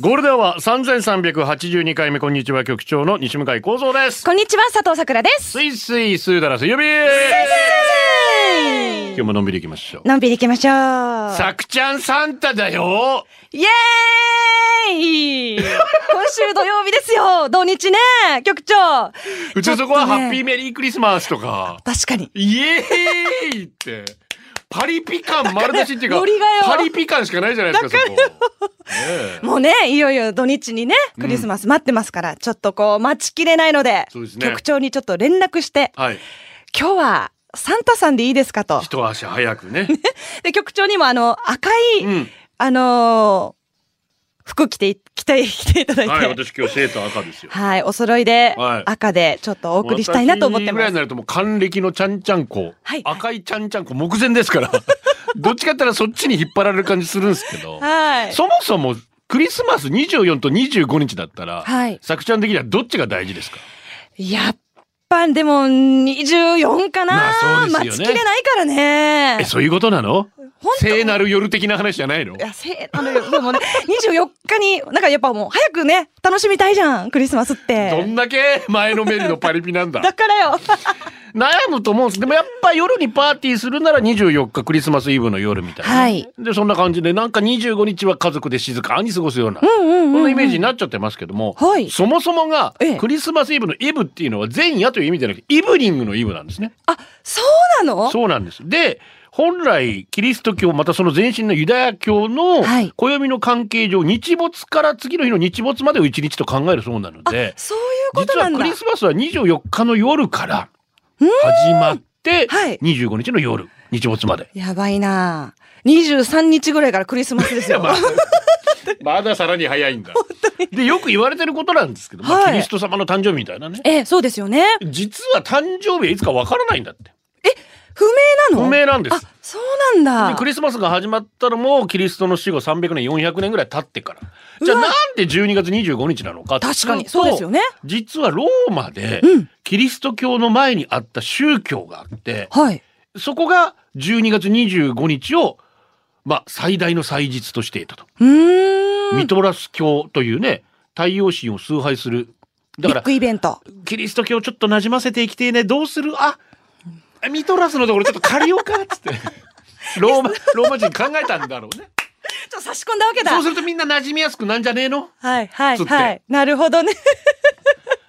ゴールデンは三千三百八十二回目こんにちは局長の西向井光三です。こんにちは、佐藤さくらです。スイスイスーダラス指。今日ものんびり行きましょう。のんびり行きましょう。さくちゃんサンタだよ。イエ ーイ今週土曜日ですよ土日ね局長うちのそこちょはっとハねッピーメリークリスマスとか。確かに。イエーイって。パリピ感丸出しっていうか、ノリがよパリピ感しかないじゃないですか、そこ。ねえもうね、いよいよ土日にね、クリスマス待ってますから、ちょっとこう待ちきれないので、そうですね局長にちょっと連絡して、はい。今日はサンタさんでいいですかと。一足早くね。で、局長にもあの、赤い、 うん。あのー服着てい、着て、着ていただいて。はい、私今日セーター赤ですよ。はい、お揃いではい赤でちょっとお送りしたいなと思って私ぐらいにます。なるともう還暦のちゃんちゃんこ、はい赤いちゃんちゃんこ目前です からどっちかって言ったらそっちに引っ張られる感じするんですけど、 はい。そもそもクリスマス24と25日だったら、はいさくちゃん的にはどっちが大事ですかやっぱでも24かな、まあそうですよね待ちきれないからえね。そういうことなの本当聖なる夜的な話じゃないのいや、せあの、でもね、24日に、なんかやっぱもう早くね、楽しみたいじゃん、クリスマスっどて。んだけ前のめりのパリピなんだ だからよ。悩むと思うんですでもやっぱ夜にパーティーするなら24日クリスマスイブの夜みたいな、はいでそんな感じでなんか25日は家族で静かに過ごすような、うんうんうん。そんなイメージになっちゃってますけども、はいそもそもがええクリスマスイブのイブっていうのは前夜という意味じゃなくてイブニングのイブなんですね。あ、そうなのそうなんです。で本来キリスト教またその前身のユダヤ教のはい暦の関係上、日没から次の日の日没までを一日と考えるそうなのあで、そういうこと実なはんクだ。リスマスは24日の夜からうーん始まってはい25日の夜日没まで。やばいな23日ぐらいからクリスマスですよ。まあ まださらに早いんだ。でよく言われてることなんですけど、まあはいキリスト様の誕生日みたいなね。ええ、そうですよね。実は誕生日はいつかわからないんだって不明な不の明なんですあ、そうなんでだク。リスマスが始まったのもキリストの死後300年400年ぐらい経ってからじゃあうなわんで12月25日なのかっていうと確かに。そうですよね。実はローマでうんキリスト教の前にあった宗教があってはい。そこが12月25日をまあ最大の祭日としていたと、うーん。ミトラス教というね太陽神を崇拝するだかビらッグイベント。キリスト教ちょっとなじませていきてえねどうするあミトラスのところちょっと借りようかっ つってローマローマ人考えたんだろうねちょっと差し込んだわけだ。そうするとみんな馴染みやすくなんじゃねえのはいはいつってはい。なるほ どね。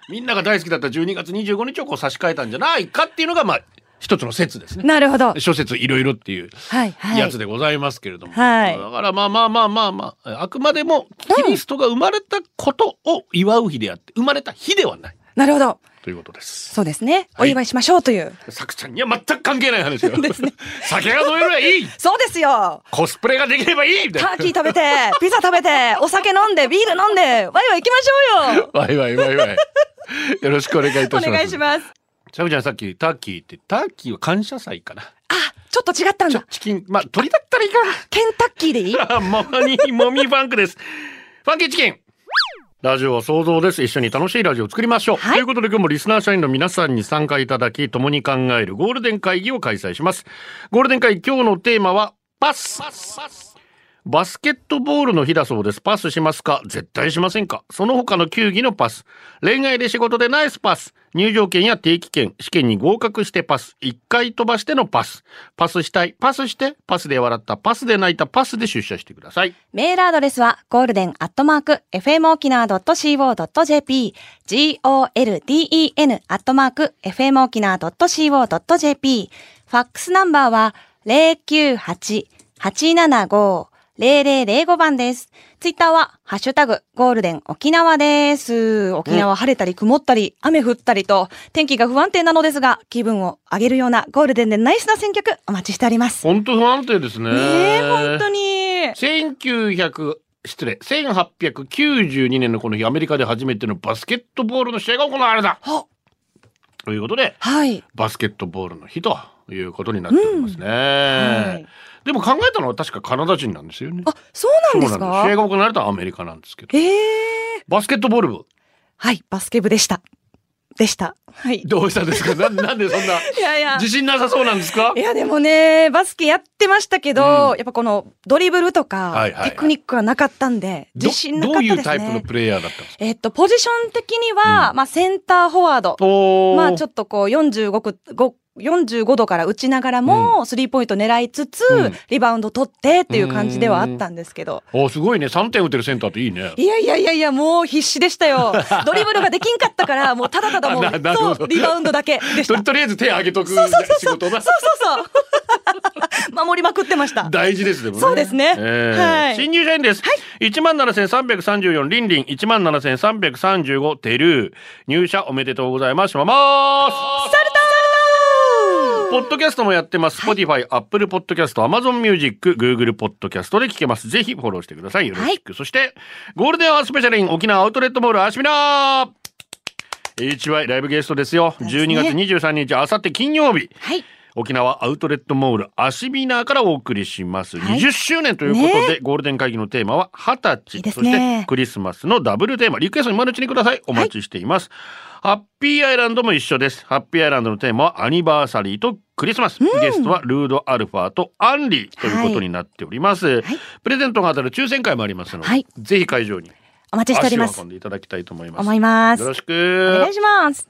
みんなが大好きだった12月25日をこう差し替えたんじゃないかっていうのがまあ一つの説ですねなるほど。諸説いろいろっていうはいはい。やつでございますけれども、はいだからまあまあまあまあまああくまでもキリストが生まれたことを祝う日であって生まれた日ではないなるほど。ということですそうですね。はおい祝いしましょうという。さくちゃんには全く関係ない話だよですね酒が飲めればいいそうですよ。コスプレができればいいみたいタな。ーキー食べて、 ピザ食べて、お酒飲んで、ビール飲んで、ワイワイ行きましょうよ。わいわいわいわい。よろしくお願いいたします。お願いします。サブちゃんさっきターキーってターキーは感謝祭かな。あ、ちょっと違ったんちょだ。チキンまあ鳥だったらいいかな。ケンタッキーでいいあもみもみファンクです。ファンキーチキン。ラジオは想像です。一緒に楽しいラジオを作りましょう。はいということで今日もリスナー社員の皆さんに参加いただき、共に考えるゴールデン会議を開催します。ゴールデン会議今日のテーマはパス。バスケットボールの日だそうです。パスしますか絶対しませんかその他の球技のパス。恋愛で仕事でナイスパス。入場券や定期券、試験に合格してパス。一回飛ばしてのパス。パスしたい。パスして。パスで笑った。パスで泣いた。パスで出社してください。メールアドレスは、ゴールデンアットマーク、fmokinawa.co.jp、golden アットマーク、fmokinawa.co.jp、ファックスナンバーは、098-875-0005番です。ツイッターは、ハッシュタグ、ゴールデン沖縄です。沖縄晴れたり曇ったり、雨降ったりと、天気が不安定なのですが、気分を上げるようなゴールデンでナイスな選曲、お待ちしております。本当不安定ですね。ねえ、本当に。 1900失礼1892年のこの日アメリカで初めてのバスケットボールの試合が行われたあということではい。バスケットボールの日ということになっておりますね、はいでも考えたのは確かカナダ人なんですよねあ、そうなんですそうなんか試合が行われたのはアメリカなんですけどええバスケットボール部はい、バスケ部でした。でした。はい。いどうしたんですかななんでそんなやいや。自信なさそうなんですかいやでもね、バスケやってましたけど、うやっぱこのドリブルとか、はいはいはいテクニックがなかったんで、ど自信なかったですどね。ういうタイプのプレイヤーだったんですかえっと、ポジション的には、まあセンターフォワード。おーまあちょっとこう45く、ご45度から打ちながらも、スリーポイント狙いつつ、うんリバウンド取ってっていう感じではあったんですけど。おすごいね3点打てるセンターっていいねいやいやいやいや、もう必死でし たよ。ドリブルができんかったから、もうただただもななるほどう、そうリバウンドだけでしたと。とりあえず手上げとくそうそうそう仕そう。事そうだそうそう。 守りまくってました。大事ですでもねそうですねええはい新入社員です、1万7334リンリン1万7335テルー入社おめでとうございますしまますポッドキャストもやってます。Spotify、Apple Podcast、Amazon Music、Google Podcast で聞けます。ぜひフォローしてください。よろしく。そして、ゴールデンアワースペシャルイン沖縄アウトレットモールアシミナー HY ライブゲストですよ。うですね12月23日、あさって金曜日。はい。沖縄アウトレットモールアシビナーからお送りします、はい20周年ということで、ゴールデン会議のテーマは20歳いいですそしてねクリスマスのダブルテーマリクエスト今のうちにくださいお待ちしています、ハッピーアイランドも一緒ですハッピーアイランドのテーマはアニバーサリーとクリスマス、ゲストはルードアルファとアンリーということになっております、はいプレゼントが当たる抽選会もありますので、はいぜひ会場にお待ちしており足をます運ん。でいただきたいと思います思います。よろおしく願いします。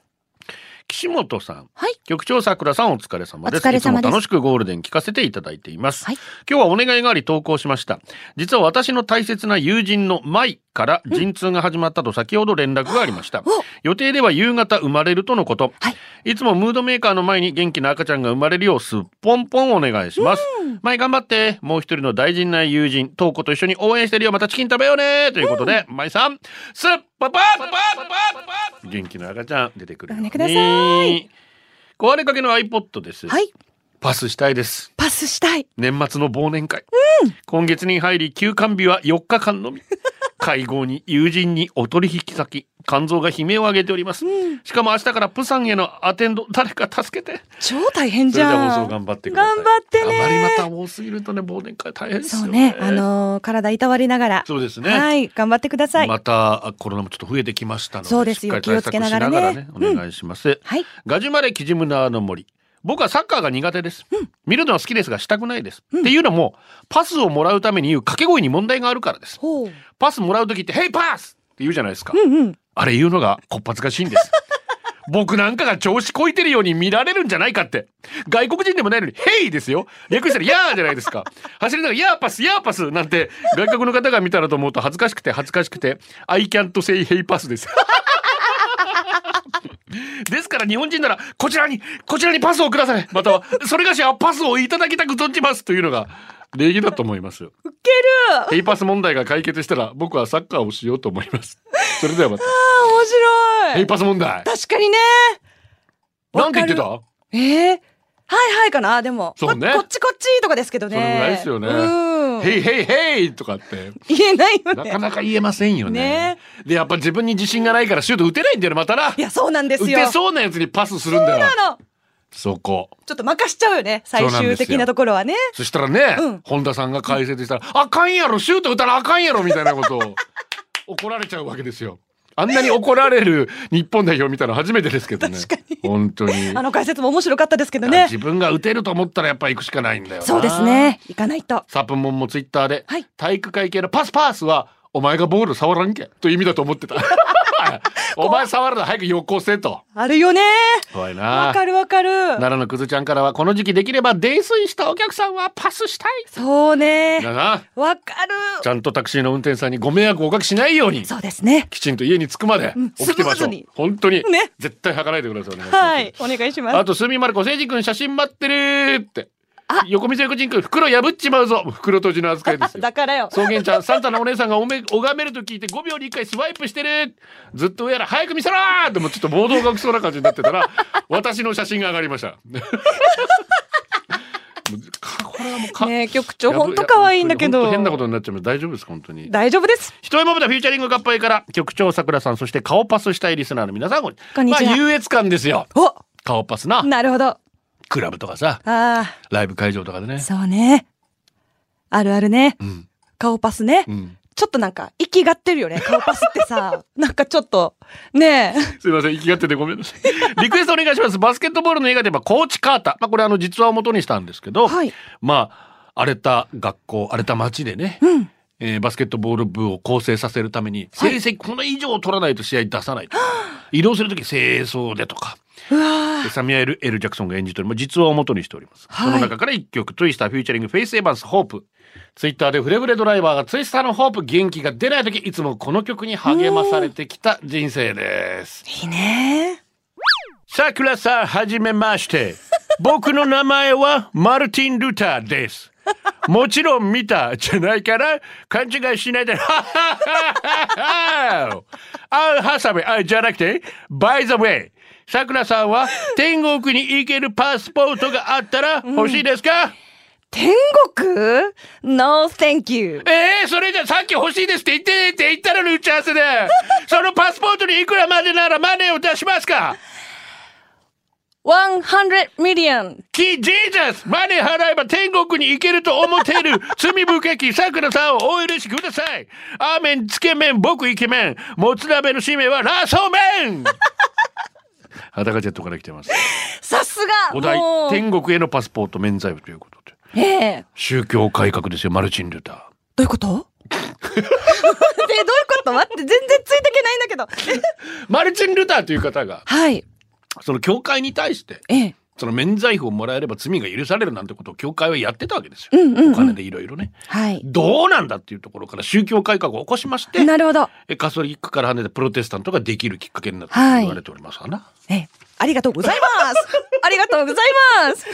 岸本さん、はい局長さくらさんお疲れ様ですお疲れ様ですいつも楽しくゴールデン聞かせていただいています、はい今日はお願いがあり投稿しました実は私の大切な友人の舞から陣痛が始まったと先ほど連絡がありました、予定では夕方生まれるとのこと、はいい、つもムードメーカーの前に元気な赤ちゃんが生まれるようすっぽんぽんお願いします舞頑張ってもう一人の大事な友人東子と一緒に応援してるよまたチキン食べようねということで、舞さんすっぽんぽん元気な赤ちゃん出てくるようにお願いください壊れかけの iPod です、はい。パスしたいですパスしたい。年末の忘年会、今月に入り休館日は4日間のみ 会合に友人にお取引先肝臓が悲鳴を上げております、しかも明日からプサンへのアテンド誰か助けて超大変そじれでゃん。は放送頑張ってください頑張ってねあまりまた多すぎるとね忘年会大変ですよそうねね。あのー体いたわりながら。そうですねはい。頑張ってください。またコロナもちょっと増えてきましたのでそうですよしっかり対策しながらね気をつけながらねお願いします、はい。ガジュマレキジムナーの森僕はサッカーが苦手です、見るのは好きですがしたくないです、っていうのもパスをもらうために言う掛け声に問題があるからですほう。パスもらう時って「ヘイパス!」って言うじゃないですか、うんうん。あれ言うのがこっぱずかしいん です僕なんかが調子こいてるように見られるんじゃないかって外国人でもないのに「ヘイ!」ですよ略したら「やー」じゃないですか走りながら「やーパスやーパス」なんて外国の方が見たらと思うと恥ずかしくて恥ずかしくて「I can't say ヘイパス」です ですから日本人ならこちらにこちらにパスをくださいまたはそれがしはパスをいただきたく存じますというのが礼儀だと思いますウケるヘイパス問題が解決したら僕はサッカーをしようと思いますそれではまたああ、面白ヘイい。パス問題確かにね。なんて言ってたええはいはいかな。あでも。そうねここっちこっちとかですけどね。それぐらいですよねうん。ヘイヘイヘイとかって言えないよなかね。なか言えませんよねねでやっぱ自分に自信がないからシュート打てないんだよねまたないや、そうなんです打よ。てそうなやつにパスするんだよあの、そこちょっと任しちゃうよね。最そうなんで終すよ的なところはね。そしたらね、うん本田さんが解説したら「あかんやろシュート打たなあかんやろ」みたいなこと を怒られちゃうわけですよ。あんなに怒られる日本代表見たの初めてですけどね。本当に。あの解説も面白かったですけどいやね。自分が打てると思ったらやっぱ行くしかないんだよなそうです。ね。行かないと。サプモンもツイッターで、はい体育会系のパスパスはお前がボール触らんけという意味だと思 ってた。お前触るな早くよこせと。あるよね。怖いな。わかるわかる。奈良のくずちゃんからはこの時期できれば泥酔したお客さんはパスした い。そうだね。な。わかちゃんとタクシーの運転手さんにご迷惑をおかけしないようにる。、そうですね。きちんと家に着くまでうん起きてましょスムーズうに。本当に。ね絶対はかないでください。お願いしますはい。お願いします。あと、すみまる子、せいじくん写真待ってるーってあ。横見せくじんくん、袋破っちまうぞ。袋閉じの扱いです よだ。からよ。草原ちゃん、サンタのお姉さんがおめ拝めると聞いて5秒に1回スワイプしてるずっと上やら早く見せろーでもちょっと暴動が起きそうな感じにな ってたら、私の写真が上がりました。もうかここれはもうかねえ局長ほんと可愛いんだけやどほと変なことになっちゃう大丈夫です本当に大丈夫です一重まぶたフューチャリングカップへから局長さくらさんそして顔パスしたいリスナーの皆さんこんこんにちはまあ優越感ですよお顔パスななるほどあクラブとかさあライブ会場とかでねそうねあるあるねうん顔パスねうんちょっとなんか息がってる よね顔パスってさなんかちょっとねえすいません、生きがっててごめんなさい。 リクエストお願いします。バスケットボールの映画で言えば、コーチカーター。まあ、これあの、実話を元にしたんですけど、はいまあ、荒れた学校、荒れた街でね、うんえーバスケットボール部を構成させるために、成はい績この以上取らないと試合出さないとか、移動するとき清掃でとか、うわーサミュエル・ L ・ジャクソンが演じております実話を元にしております、はいその中から1曲「トゥイスターフューチャリングフェイス・エヴァンス・ホープ」ツイッターでフレフレドライバーが「ツイスターのホープ元気が出ない時いつもこの曲に励まされてきた人生です」いいねさくらさんはじめまして僕の名前はマルティン・ルターですもちろん見たじゃないから勘違いしないで アンハサウェイあじゃなくてバイザウェイさくらさんは天国に行けるパスポートがあったら欲しいですか、天国 ?No, thank you. えー、それじゃさっき欲しいですって言ってって言ったのに打ち合わせでそのパスポートにいくらまでならマネーを出しますか100 million. キジーザスマネー払えば天国に行けると思ってい る罪深きさくらさんをお許しくださいアーメンつけ麺僕イケメンもつ鍋の使命はラーソーメ ン裸ジェットから来てますさすがお題もう天国へのパスポート免罪符ということでええ宗教改革ですよマルチン・ルタどういうこと ねえどういうこと待って、全然ついてけないんだけど。ーマルチン・ルターという方がはい。その教会に対してええ。その免罪符をもらえれば罪が許されるなんてことを教会はやってたわけですよ、うんうんうんお金でいろいろねはい。どうなんだっていうところから宗教改革を起こしましてなるほど。えカソリックから離れてプロテスタントができるきっかけになったとはい言われておりますわな、ええ。ありがとうございます。ありがとうござい ます。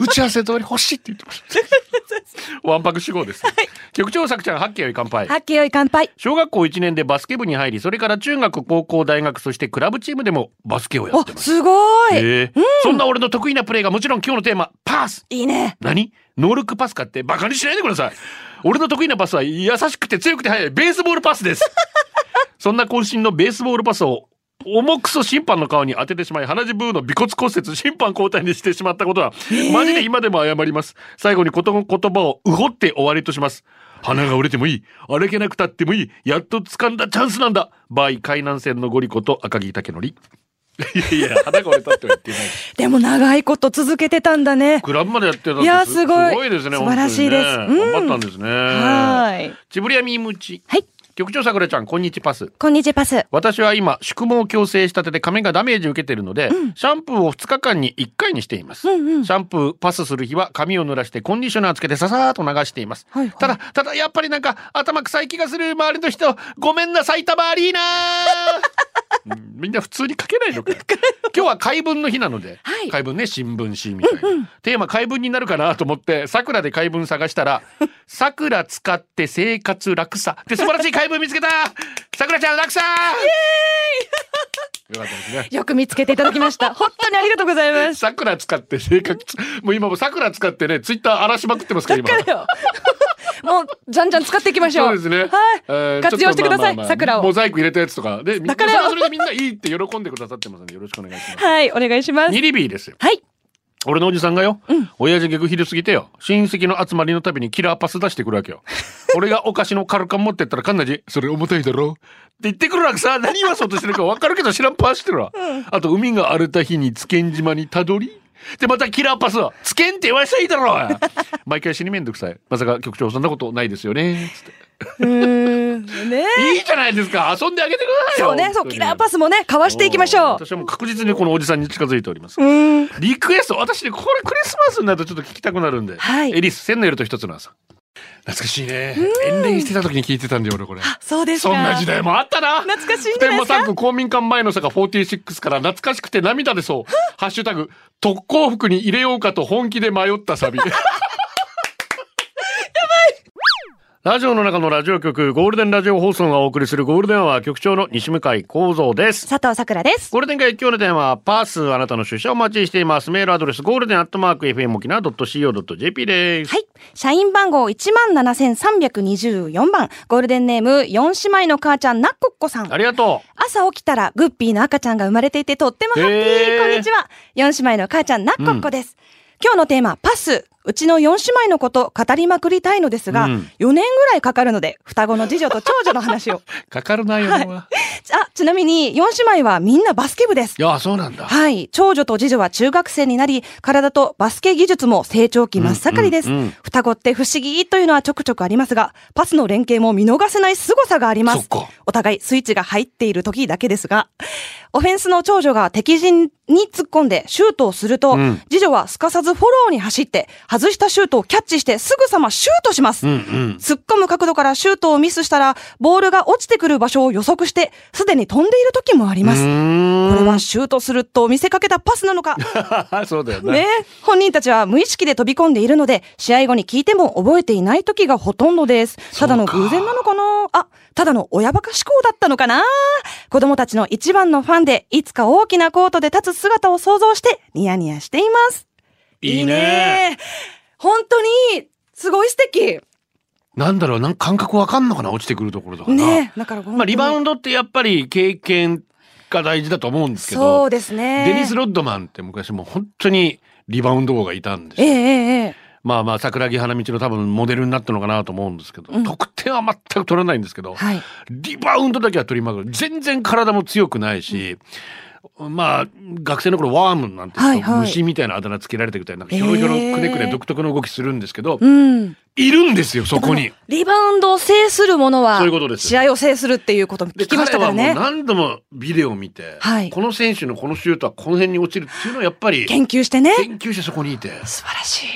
打ち合わせ通り欲しいって言ってま したわんぱく志望です、局長さくちゃん発見より乾杯はっけよい乾杯。小学校1年でバスケ部に入りそれから中学高校大学そしてクラブチームでもバスケをやおって、ますすごい。へえそんな俺の得意なプレーがもちろん今日のテーマパスいいね。何ノールックパスかってバカにしないでください 俺の得意なパスは優しくて強くて速いベースボールパスです そんな渾身のベースボールパスを重くそ審判の顔に当ててしまい鼻血ブーの尾骨骨折審判交代にしてしまったことはマジで今でも謝ります最後にこと言葉をうほって終わりとします鼻が折れてもいい歩けなくたってもいいやっと掴んだチャンスなんだバイ海南線のゴリコと赤木竹のりいやいや鼻が折れたっては言ってないですでも長いこと続けてたんだね。クラブまでやってたんですいやすごいすごいですね。素晴らしいです本当にねうん頑張ったんですね。はーい。ちぶりやみむち。はい。局長さくらちゃん、こんにちパス。こんにちはパス。私は今、宿毛矯正したてで髪がダメージ受けてるので、シャンプーを2日間に1回にしています。うんうんシャンプーパスする日は髪を濡らしてコンディショナーつけてささーっと流しています。はいはいただ、ただやっぱりなんか頭臭い気がする周りの人、ごめんなさい、タバアリーナーうんみんな普通に書けないの かよ今日は解文の日なので、はい解文ね新聞紙みたいな、テーマ解文になるかなと思ってさくらで解文探した ら「さくら使って生活楽さ」で素晴らしい解文見つけたさくらちゃん楽さよかったですねよく見つけていただきま した。本当にありがとうございます。さくら使って生活もう今もさくら使ってねツイッター荒らしまくってますからだ 今からよ。もう、じゃんじゃん使っていきましょそうう。ですね、はい。えー活用してくださいちょっとまあまあまあ桜をモザイク入れたやつとかでみんなだそかれらよはそれでみんないいって喜んでくださってますのでよろしくお願いし ますはい、お願いします。ニリビーですよはい。 俺のおじさんがよ、うん親父逆ひどすぎてよ親戚の集まりのたびにキラーパス出してくるわけ よ俺がお菓子のカルカン持ってったらかんなじそれ重たいだろって言ってくるわけさ何言わそうとしてるか分かるけど知らんパーしてるわ、あと海が荒れた日に津堅島にたどりでまたキラーパスは津堅って言わしゃいいだろおい 毎回死にめんどくさいまさか局長そんなことないですよねつってうーん。ねいいじゃないですか遊んであげてくださいよそうね、そう、キラーパスもね、交わスしていきましょう。私はもう確実にこのおじさんに近づいておりますうーん。リクエスト私ねこれクリスマスになるとちょっと聞きたくなるんで、はいエリス千の夜と一つの朝懐かしいね遠恋してた時に聞いてたんだよ俺これそうですか。そんな時代もあったな懐かしいんじゃ天ないで満すか三区公民館前の坂46から懐かしくて涙でそう「ハッシュタグ特攻服に入 れようかと本気で迷ったサビ」やばいラジオの中のラジオ局、ゴールデンラジオ放送がお送りするゴールデンは局長の西向井幸三です。佐藤さくらです。ゴールデン会今日のテーマはパースあなたの出社をお待ちしています。メールアドレスゴールデンアットマーク FM 沖縄 .co.jp です。はい。社員番号17,324番。ゴールデンネーム、4姉妹の母ちゃん、なっこっこさんあ。りがと朝起きたらグッピーの赤ちゃんが生まれていてとってもハッピへー。ーこんにちは。4姉妹の母ちゃん、なっこっこです。今日のテーマ、パス。うちの4姉妹のこと語りまくりたいのですが、うん4年ぐらいかかるので、双子の次女と長女の 話を。う。かかるなよ、はあ、ちなみに4姉妹はみんなバスケ部ですい。。や、そうなんだ。はい。長女と次女は中学生になり、体とバスケ技術も成長期真っ盛りです。うんうんうん双子って不思議というのはちょくちょくありますが、パスの連携も見逃せない凄さがありまそっすか。お互いスイッチが入っている時だけですが、オフェンスの長女が敵陣に突っ込んでシュートをすると、ん次女はすかさずフォローに走って、外したシュートをキャッチしてすぐさまシュートします。うんうん。突っ込む角度からシュートをミスしたら、ボールが落ちてくる場所を予測して、すでに飛んでいる時もあります。これはシュートすると見せかけたパスな のか。はそうだよね。ね、本人たちは無意識で飛び込んでいるので、試合後に聞いても覚えていない時がほとんどです。ただの偶然なのかなあ、ただの親バカ思考だったのかな子供たちの一番のファンで、いつか大きなコートで立つ姿を想像して、ニヤニヤしています。いいね本当に、すごい素敵。なんだろう、なんか感覚わかんのかな、落ちてくるところだから。ねだから本当にまあ、リバウンドってやっぱり経験が大事だと思うんですけそど、うですね。デニス・ロッドマンって昔もう本当にリバウンド王がいたんですええええええ。まあまあ桜木花道の多分モデルになったのかなと思うんですけど、うん得点は全く取らないんですけど、はい。リバウンドだけは取りまくる全然体も強くないし、まあ学生の頃ワームなんてはいはい虫みたいなあだ名つけられてきたりなんかひょろひょろへーくねくね独特の動きするんですけど、うん。いるんですよそこに。リバウンドを制する者は、そういうことです試合を制するっていうこともで聞きましたからね彼。はもう何度もビデオを見て、はいこの選手のこのシュートはこの辺に落ちるっていうのはやっぱり研究してね。研究してそこにいて素晴らしい。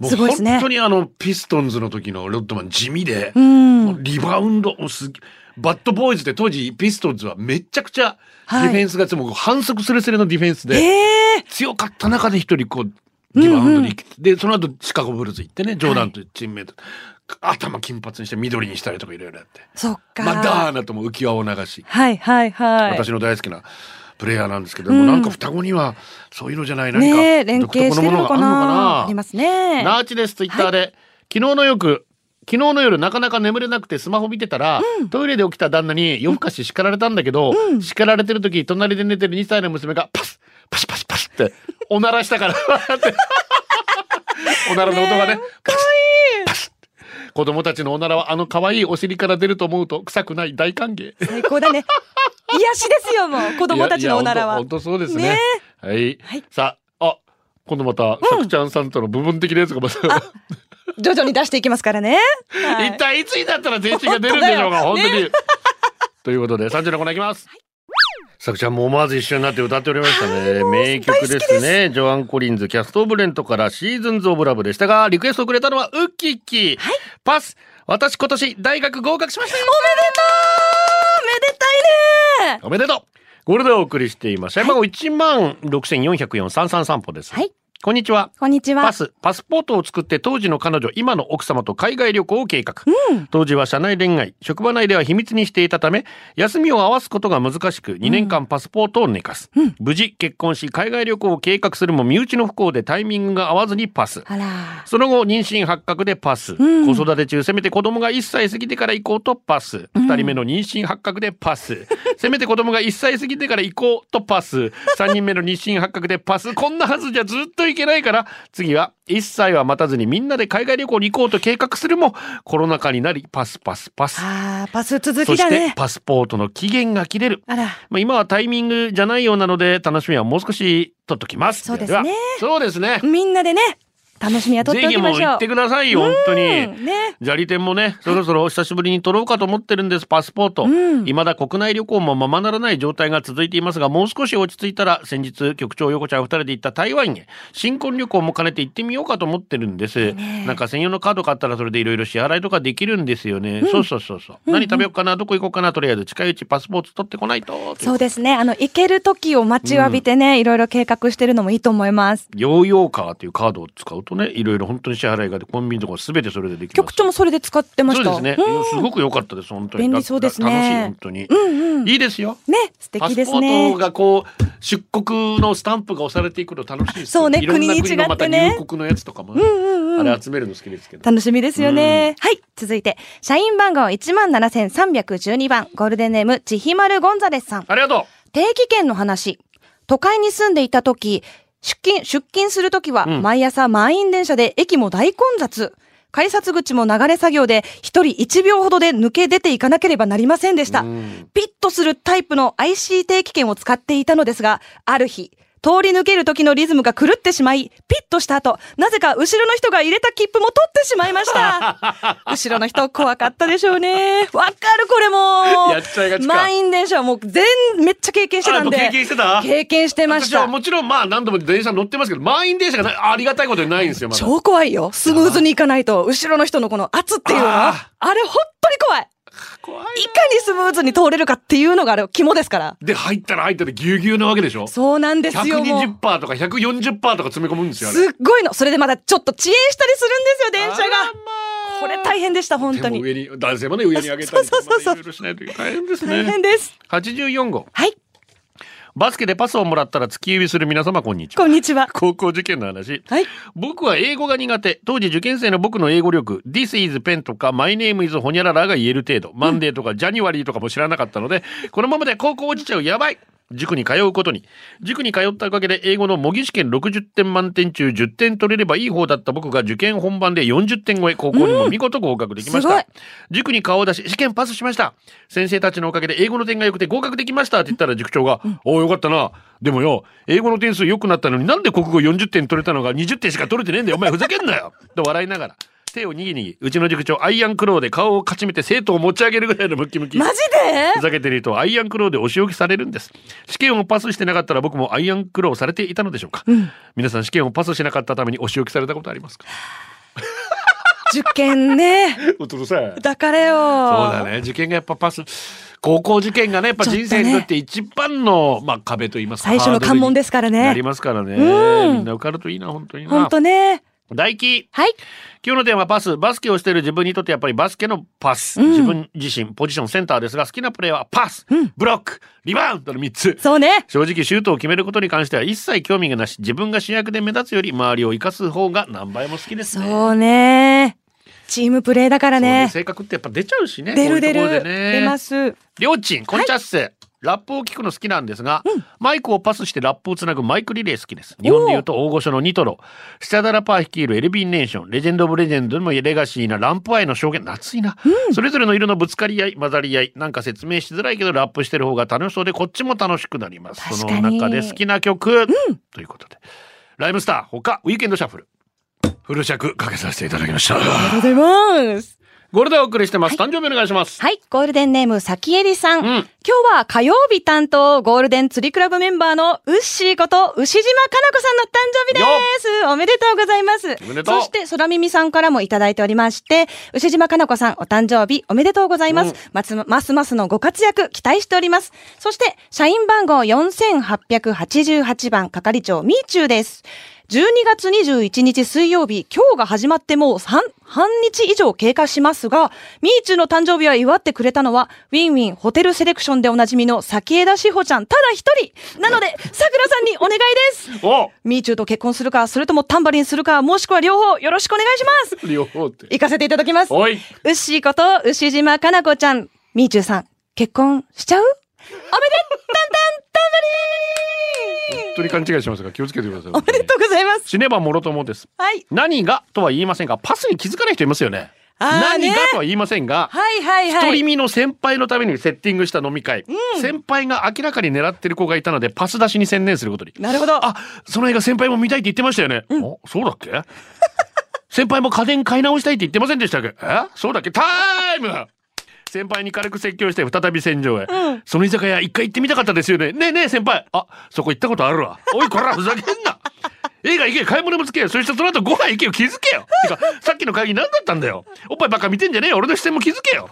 もうすごいですね本当にあのピストンズの時のロッドマン地味で。うん。もうリバウンドもうすげバッドボーイズで当時ピストンズはめちゃくちゃデはいィフェンスが、もう反則すれすれのディフェンスえでえ強かった中で一人こうリバウンドに行き、でその後シカゴブルーズ行ってねジョーダンというチームメイト、頭金髪にして緑にしたりとかいろいろやってそっか。マダーナとも浮き輪を流し、はいはいはい。私の大好きなプレイヤーなんですけども、うんなんか双子にはそういうのじゃない何ねえ、か連独携特しのてものるのがあかるのかななありますね。ナーチです、ツイッターで。昨日のよく、昨日の夜なかなか眠れなくてスマホ見てたら、トイレで起きた旦那に夜更かし叱られたんだけど、叱られてる時、隣で寝てる2歳の娘がパスパシパシパシって、おならしたから、 って。おならの音がね、パシパシって子供たちのおならはあの可愛いお尻から出ると思うと臭くない大歓迎。最高だね。癒しですよ、もう。 子供たちのおならいやいやは本。当本当そうですねねはい、はいさあ、あ、今度また、さくちゃんさんとの部分的なやつがまた、徐々に出していきますからね。はい一体いつになったら全身が出るんでしょうか本本当当に、 ということで30のコーナーいきます、さくちゃんも思わず一緒になって歌っておりましたね名曲ですねジョアン・コリンズキャスト・オブ・レントからシーズンズ・オブ・ラブでしたがリクエストをくれたのはウッキッキー、パス私今年大学合格しましたよおめでとうめでたいねおめでとうゴールドをお送りしています社員番号1万6404三三三歩です、はいこんにちはこんにちは。パス、パスポートを作って当時の彼女、今の奥様と海外旅行を計画。当時は社内恋愛、職場内では秘密にしていたため、休みを合わすことが難しく、2年間パスポートを寝かす。無事結婚し、海外旅行を計画するも身内の不幸でタイミングが合わずにパス。あら。その後、妊娠発覚でパス。ん子育て中、せめて子供が1歳過ぎてから行こうとパス。2人目の妊娠発覚でパス。 せめて子供が1歳過ぎてから行こうとパス。3人目の妊娠発覚でパス。こんなはずじゃずっと行けないから、次は1歳は待たずにみんなで海外旅行に行こうと計画するも、コロナ禍になり、パスパスパス。あーパス続そきしだてね。パスポートの期限が切れる。あら。まあ、今はタイミングじゃないようなので、楽しみはもう少し取っときます。そうですねはそうですね。みんなでね、楽しみは取ってぜおひきもうまし行ょっうて。くださいよ、本当に。うんね。砂利店もね、そろそろ久しぶりに取ろうかと思ってるんです、パスポート。うん未だ国内旅行もままならない状態が続いていますが、もう少し落ち着いたら、先日、局長横ちゃん二人で行った台湾へ、新婚旅行も兼ねて行ってみようかと思ってるんです。なんか専用のカード買ったらそれでいろいろ支払いとかできるんですよね。そうそうそうそう。何食べようかな、どこ行こうかな、とりあえず近いうちパスポート取ってこないと。そうですね。あの、行ける時を待ちわびてね、いろいろ計画してるのもいいと思います。ヨーヨーカーというカードを使うとねいろいろ本当に支払いがでコンビニとかすべてそれでできます局長もそれで使ってまそしうたですね、うんすごく良かったです本当に便利そうですね楽しい本当に、うんうんねいいですよ素敵でパスすポートねがこう出国のスタンプが押されていくの楽しいですよそうねいろんな国に違ってねのまた入国のやつとかもね、うんうんうんあれ集めるの好きですけど楽しみですよね。はい。続いて、社員番号17,312番、ゴールデンネーム、ちひまるゴンザレスさん。ありがと定期券の話。都会に住んでいた時、出勤、出勤する時は、うん毎朝満員電車で駅も大混雑。改札口も流れ作業で、一人1秒ほどで抜け出ていかなければなりませんでした。う、うんピッとするタイプの IC 定期券を使っていたのですが、ある日、通り抜ける時のリズムが狂ってしまい、ピッとした後、なぜか後ろの人が入れた切符も取ってしまい ました。後ろの人怖かったでしょうね。わかるこれも。やっちゃいがちか満員電車はもう全、めっちゃ経験してたんで。あもう経験してた経験してまし私はた。もちろんまあ何度も電車乗ってますけど満員電車がないありがたいことにないんですよまだ超怖いよ。スムーズに行かないと、後ろの人のこの圧っていうのああれ本当に怖い。怖いいかにスムーズに通れるかっていうのがあれ、肝ですから。で入ったら入ったでぎゅうぎゅうなわけでしょそうなんですよ。もう120%とか140%とか詰め込むんですよあれすっごいの。それでまだちょっと遅延したりするんですよ、電車あらが。これ大変でした、本当でもに。上に男性まで上に上げたりとそうかそうそうそまたいうろいろしないといけない大変です大ね変です。 84号はい、バスケでパスをもらったら突き指する皆様こんにちはこんにちは。 高校受験の話はい。僕は英語が苦手当時受験生の僕の英語力「This is pen」とか「My name is ほにゃらら」が言える程度「マンデー」とか「ジャニワリー」とかも知らなかったのでこのままで高校落ちちゃうやばい塾に通うことに塾に通ったおかげで英語の模擬試験60点満点中10点取れればいい方だった僕が受験本番で40点超え高校にも見事合格できましうんすごた、い塾に顔を出し試験パスしました先生たちのおかげで英語の点が良くて合格できましたって言ったら塾長が「おおよかったなでもよ英語の点数良くなったのになんで国語40点取れたのが20点しか取れてねえんだよお前ふざけんなよ」 と笑いながら手をにぎにぎうちの塾長アイアンクローで顔をかちめて生徒を持ち上げるぐらいのムキムキマジ でふざけているとアイアンクローでお仕置きされるんです試験をパスしてなかったら僕もアイアンクローされていたのでしょうか、皆さん試験をパスしなかったためにお仕置きされたことありますか受 験ね。お父さんだからよ。そうだ。ね受験がやっぱパス高校受験がねやっぱ人生にとって一番の、まあ、壁といいますか最初の関門ですからハードルになねり。ますからね、うんみんな受かるといいな本当にな本当ね。大輝はい。今日のテーマはパスバスケをしている自分にとってやっぱりバスケのパス、うん自分自身ポジションセンターですが好きなプレーはパス、うんブロックリバウンドの3つそうね。正直シュートを決めることに関しては一切興味がなし自分が主役で目立つより周りを生かす方が何倍も好きですねそうね。チームプレーだからそうねね。性格ってやっぱ出ちゃうしね出る出こういうる。ところでね出ます。りょうちんこんちゃっす、ラップを聞くの好きなんですが、マイクをパスしてラップをつなぐマイクリレー好きです日本でいうと大御所のニトロスタダラパー率いるエルビンネーションレジェンド・オブ・レジェンドでもレガシーなランプアイの証言夏いな、それぞれの色のぶつかり合い混ざり合いなんか説明しづらいけどラップしてる方が楽しそうでこっちも楽しくなりますそ確かのに中で好きな曲、ということでライムスター他ウィーケンドシャッフルフル尺かけさせていただきましたありがとうございます。ゴールデンお送りしてます、誕生日お願いします、はい。ゴールデンネーム、さきえりさん。うん今日は火曜日担当、ゴールデン釣りクラブメンバーのウッシーこと、牛島かな子さんの誕生日です。おめでとうございます。おめでとうそして、空耳さんからもいただいておりまして、牛島かな子さん、お誕生日おめでとうございます。うんますますますのご活躍、期待しております。そして、社員番号4888番、係長、みーちゅうです。12月21日水曜日、今日が始まってもう半、半日以上経過しますが、みーちゅうの誕生日を祝ってくれたのは、ウィンウィンホテルセレクションでおなじみの先枝志保ちゃんただ一人なので、さくらさんにお願いですおみーちゅうと結婚するか、それともタンバリンするか、もしくは両方よろしくお願いします両方って行かせていただきます。おい牛こと牛島かな子ちゃん、みーちゅうさん、結婚しちゃうおめでとう、たんたんたんばり本当に勘違いしますが気をつけてください。おめでとうございます。死ねばもろともです。はい。何がとは言いませんが、パスに気づかない人いますよね。あーね何がとは言いませんが、はいはいは一人い。身の先輩のためにセッティングした飲み会、先輩が明らかに狙ってる子がいたのでパス出しに専念することになるほどあその映画先輩も見たいって言ってましたよね、あそうだっけ 先輩も家電買い直したいって言ってませんでしたっけえそうだっけタイム先輩に軽く説教して再び戦場へ、その居酒屋一回行ってみたかったですよねねえねえ先輩あそこ行ったことあるわおいこらふざけんな 映画行け買い物もつけよそしてその後ご飯行けよ気づけよてかさっきの会議何だったんだよおっぱいばっか見てんじゃねえよ俺の視線も気づけよ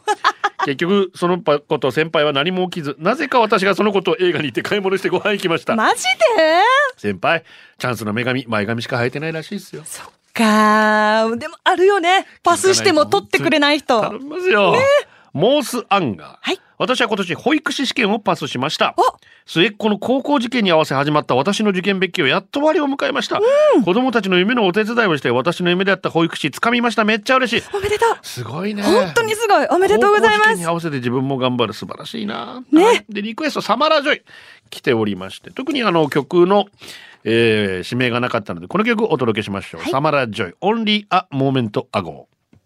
結局そのこと先輩は何も起きずなぜか私がそのことを映画に行って買い物してご飯行きましたマジで先輩チャンスの女神前髪しか生えてないらしいですよそっか。でもあるよね。パスしても取ってくれない人。頼みますよ。モースアンガー。はい私は今年保育士試験をパスしましたお。末っ子の高校受験に合わせ始まった私の受験別記をやっと終わりを迎えました。子供たちの夢のお手伝いをして私の夢であった保育士掴みました。めっちゃ嬉しい。おめでとう。すごいね。本当にすごい。おめでとうござ高校い受ま験にす。合わせて自分も頑張る素晴らしいな。ねはいでリクエストサマラジョイ来ておりまして特にあの曲の、えー、指名がなかったのでこの曲をお届けしましょう。はいサマラジョイオンリーアモーメントアゴー。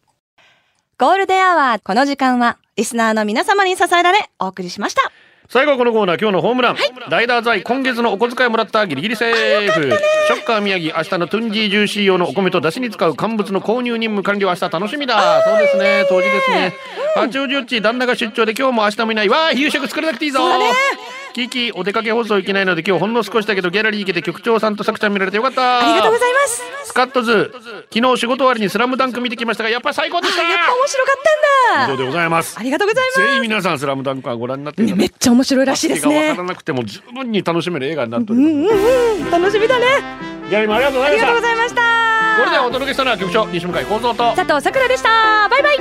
ゴールデンアワー、この時間は、リスナーの皆様に支えられ、お送りしました。最後はこのコーナー今日のホームラン、ライダー財今月のお小遣いもらったギリギリセーフ、ショッカー宮城明日のトゥンジージューシー用のお米と出汁に使う乾物の購入任務完了明日楽しみだそうですね当時ですね、八王子よっち旦那が出張で今日も明日もいないわあ夕食作れなくていいぞキキお出かけ放送行けないので今日ほんの少しだけどギャラリー行けて局長さんとさくちゃん見られてよかったありがとうございます。スカットズ昨日仕事終わりにスラムダンク見てきましたがやっぱ最高でしたあやっぱ面白かっ以た上んだ。でございますありがとうございぜひ皆さんスラムダンクはご覧になってまくす。ださいねめっちゃ面白いらしいですわねから。なくても十分に楽しめる映画になっておうりんまうんうん。楽しみだね。す。ギャラリーもありがとうごあざいりまがしたとうご。ざいました。これではお届けしたのは局長西向井光三と。佐藤さくらでした。バイバイ。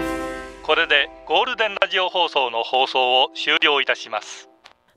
これでゴールデンラジオ放送の放送を終了いたします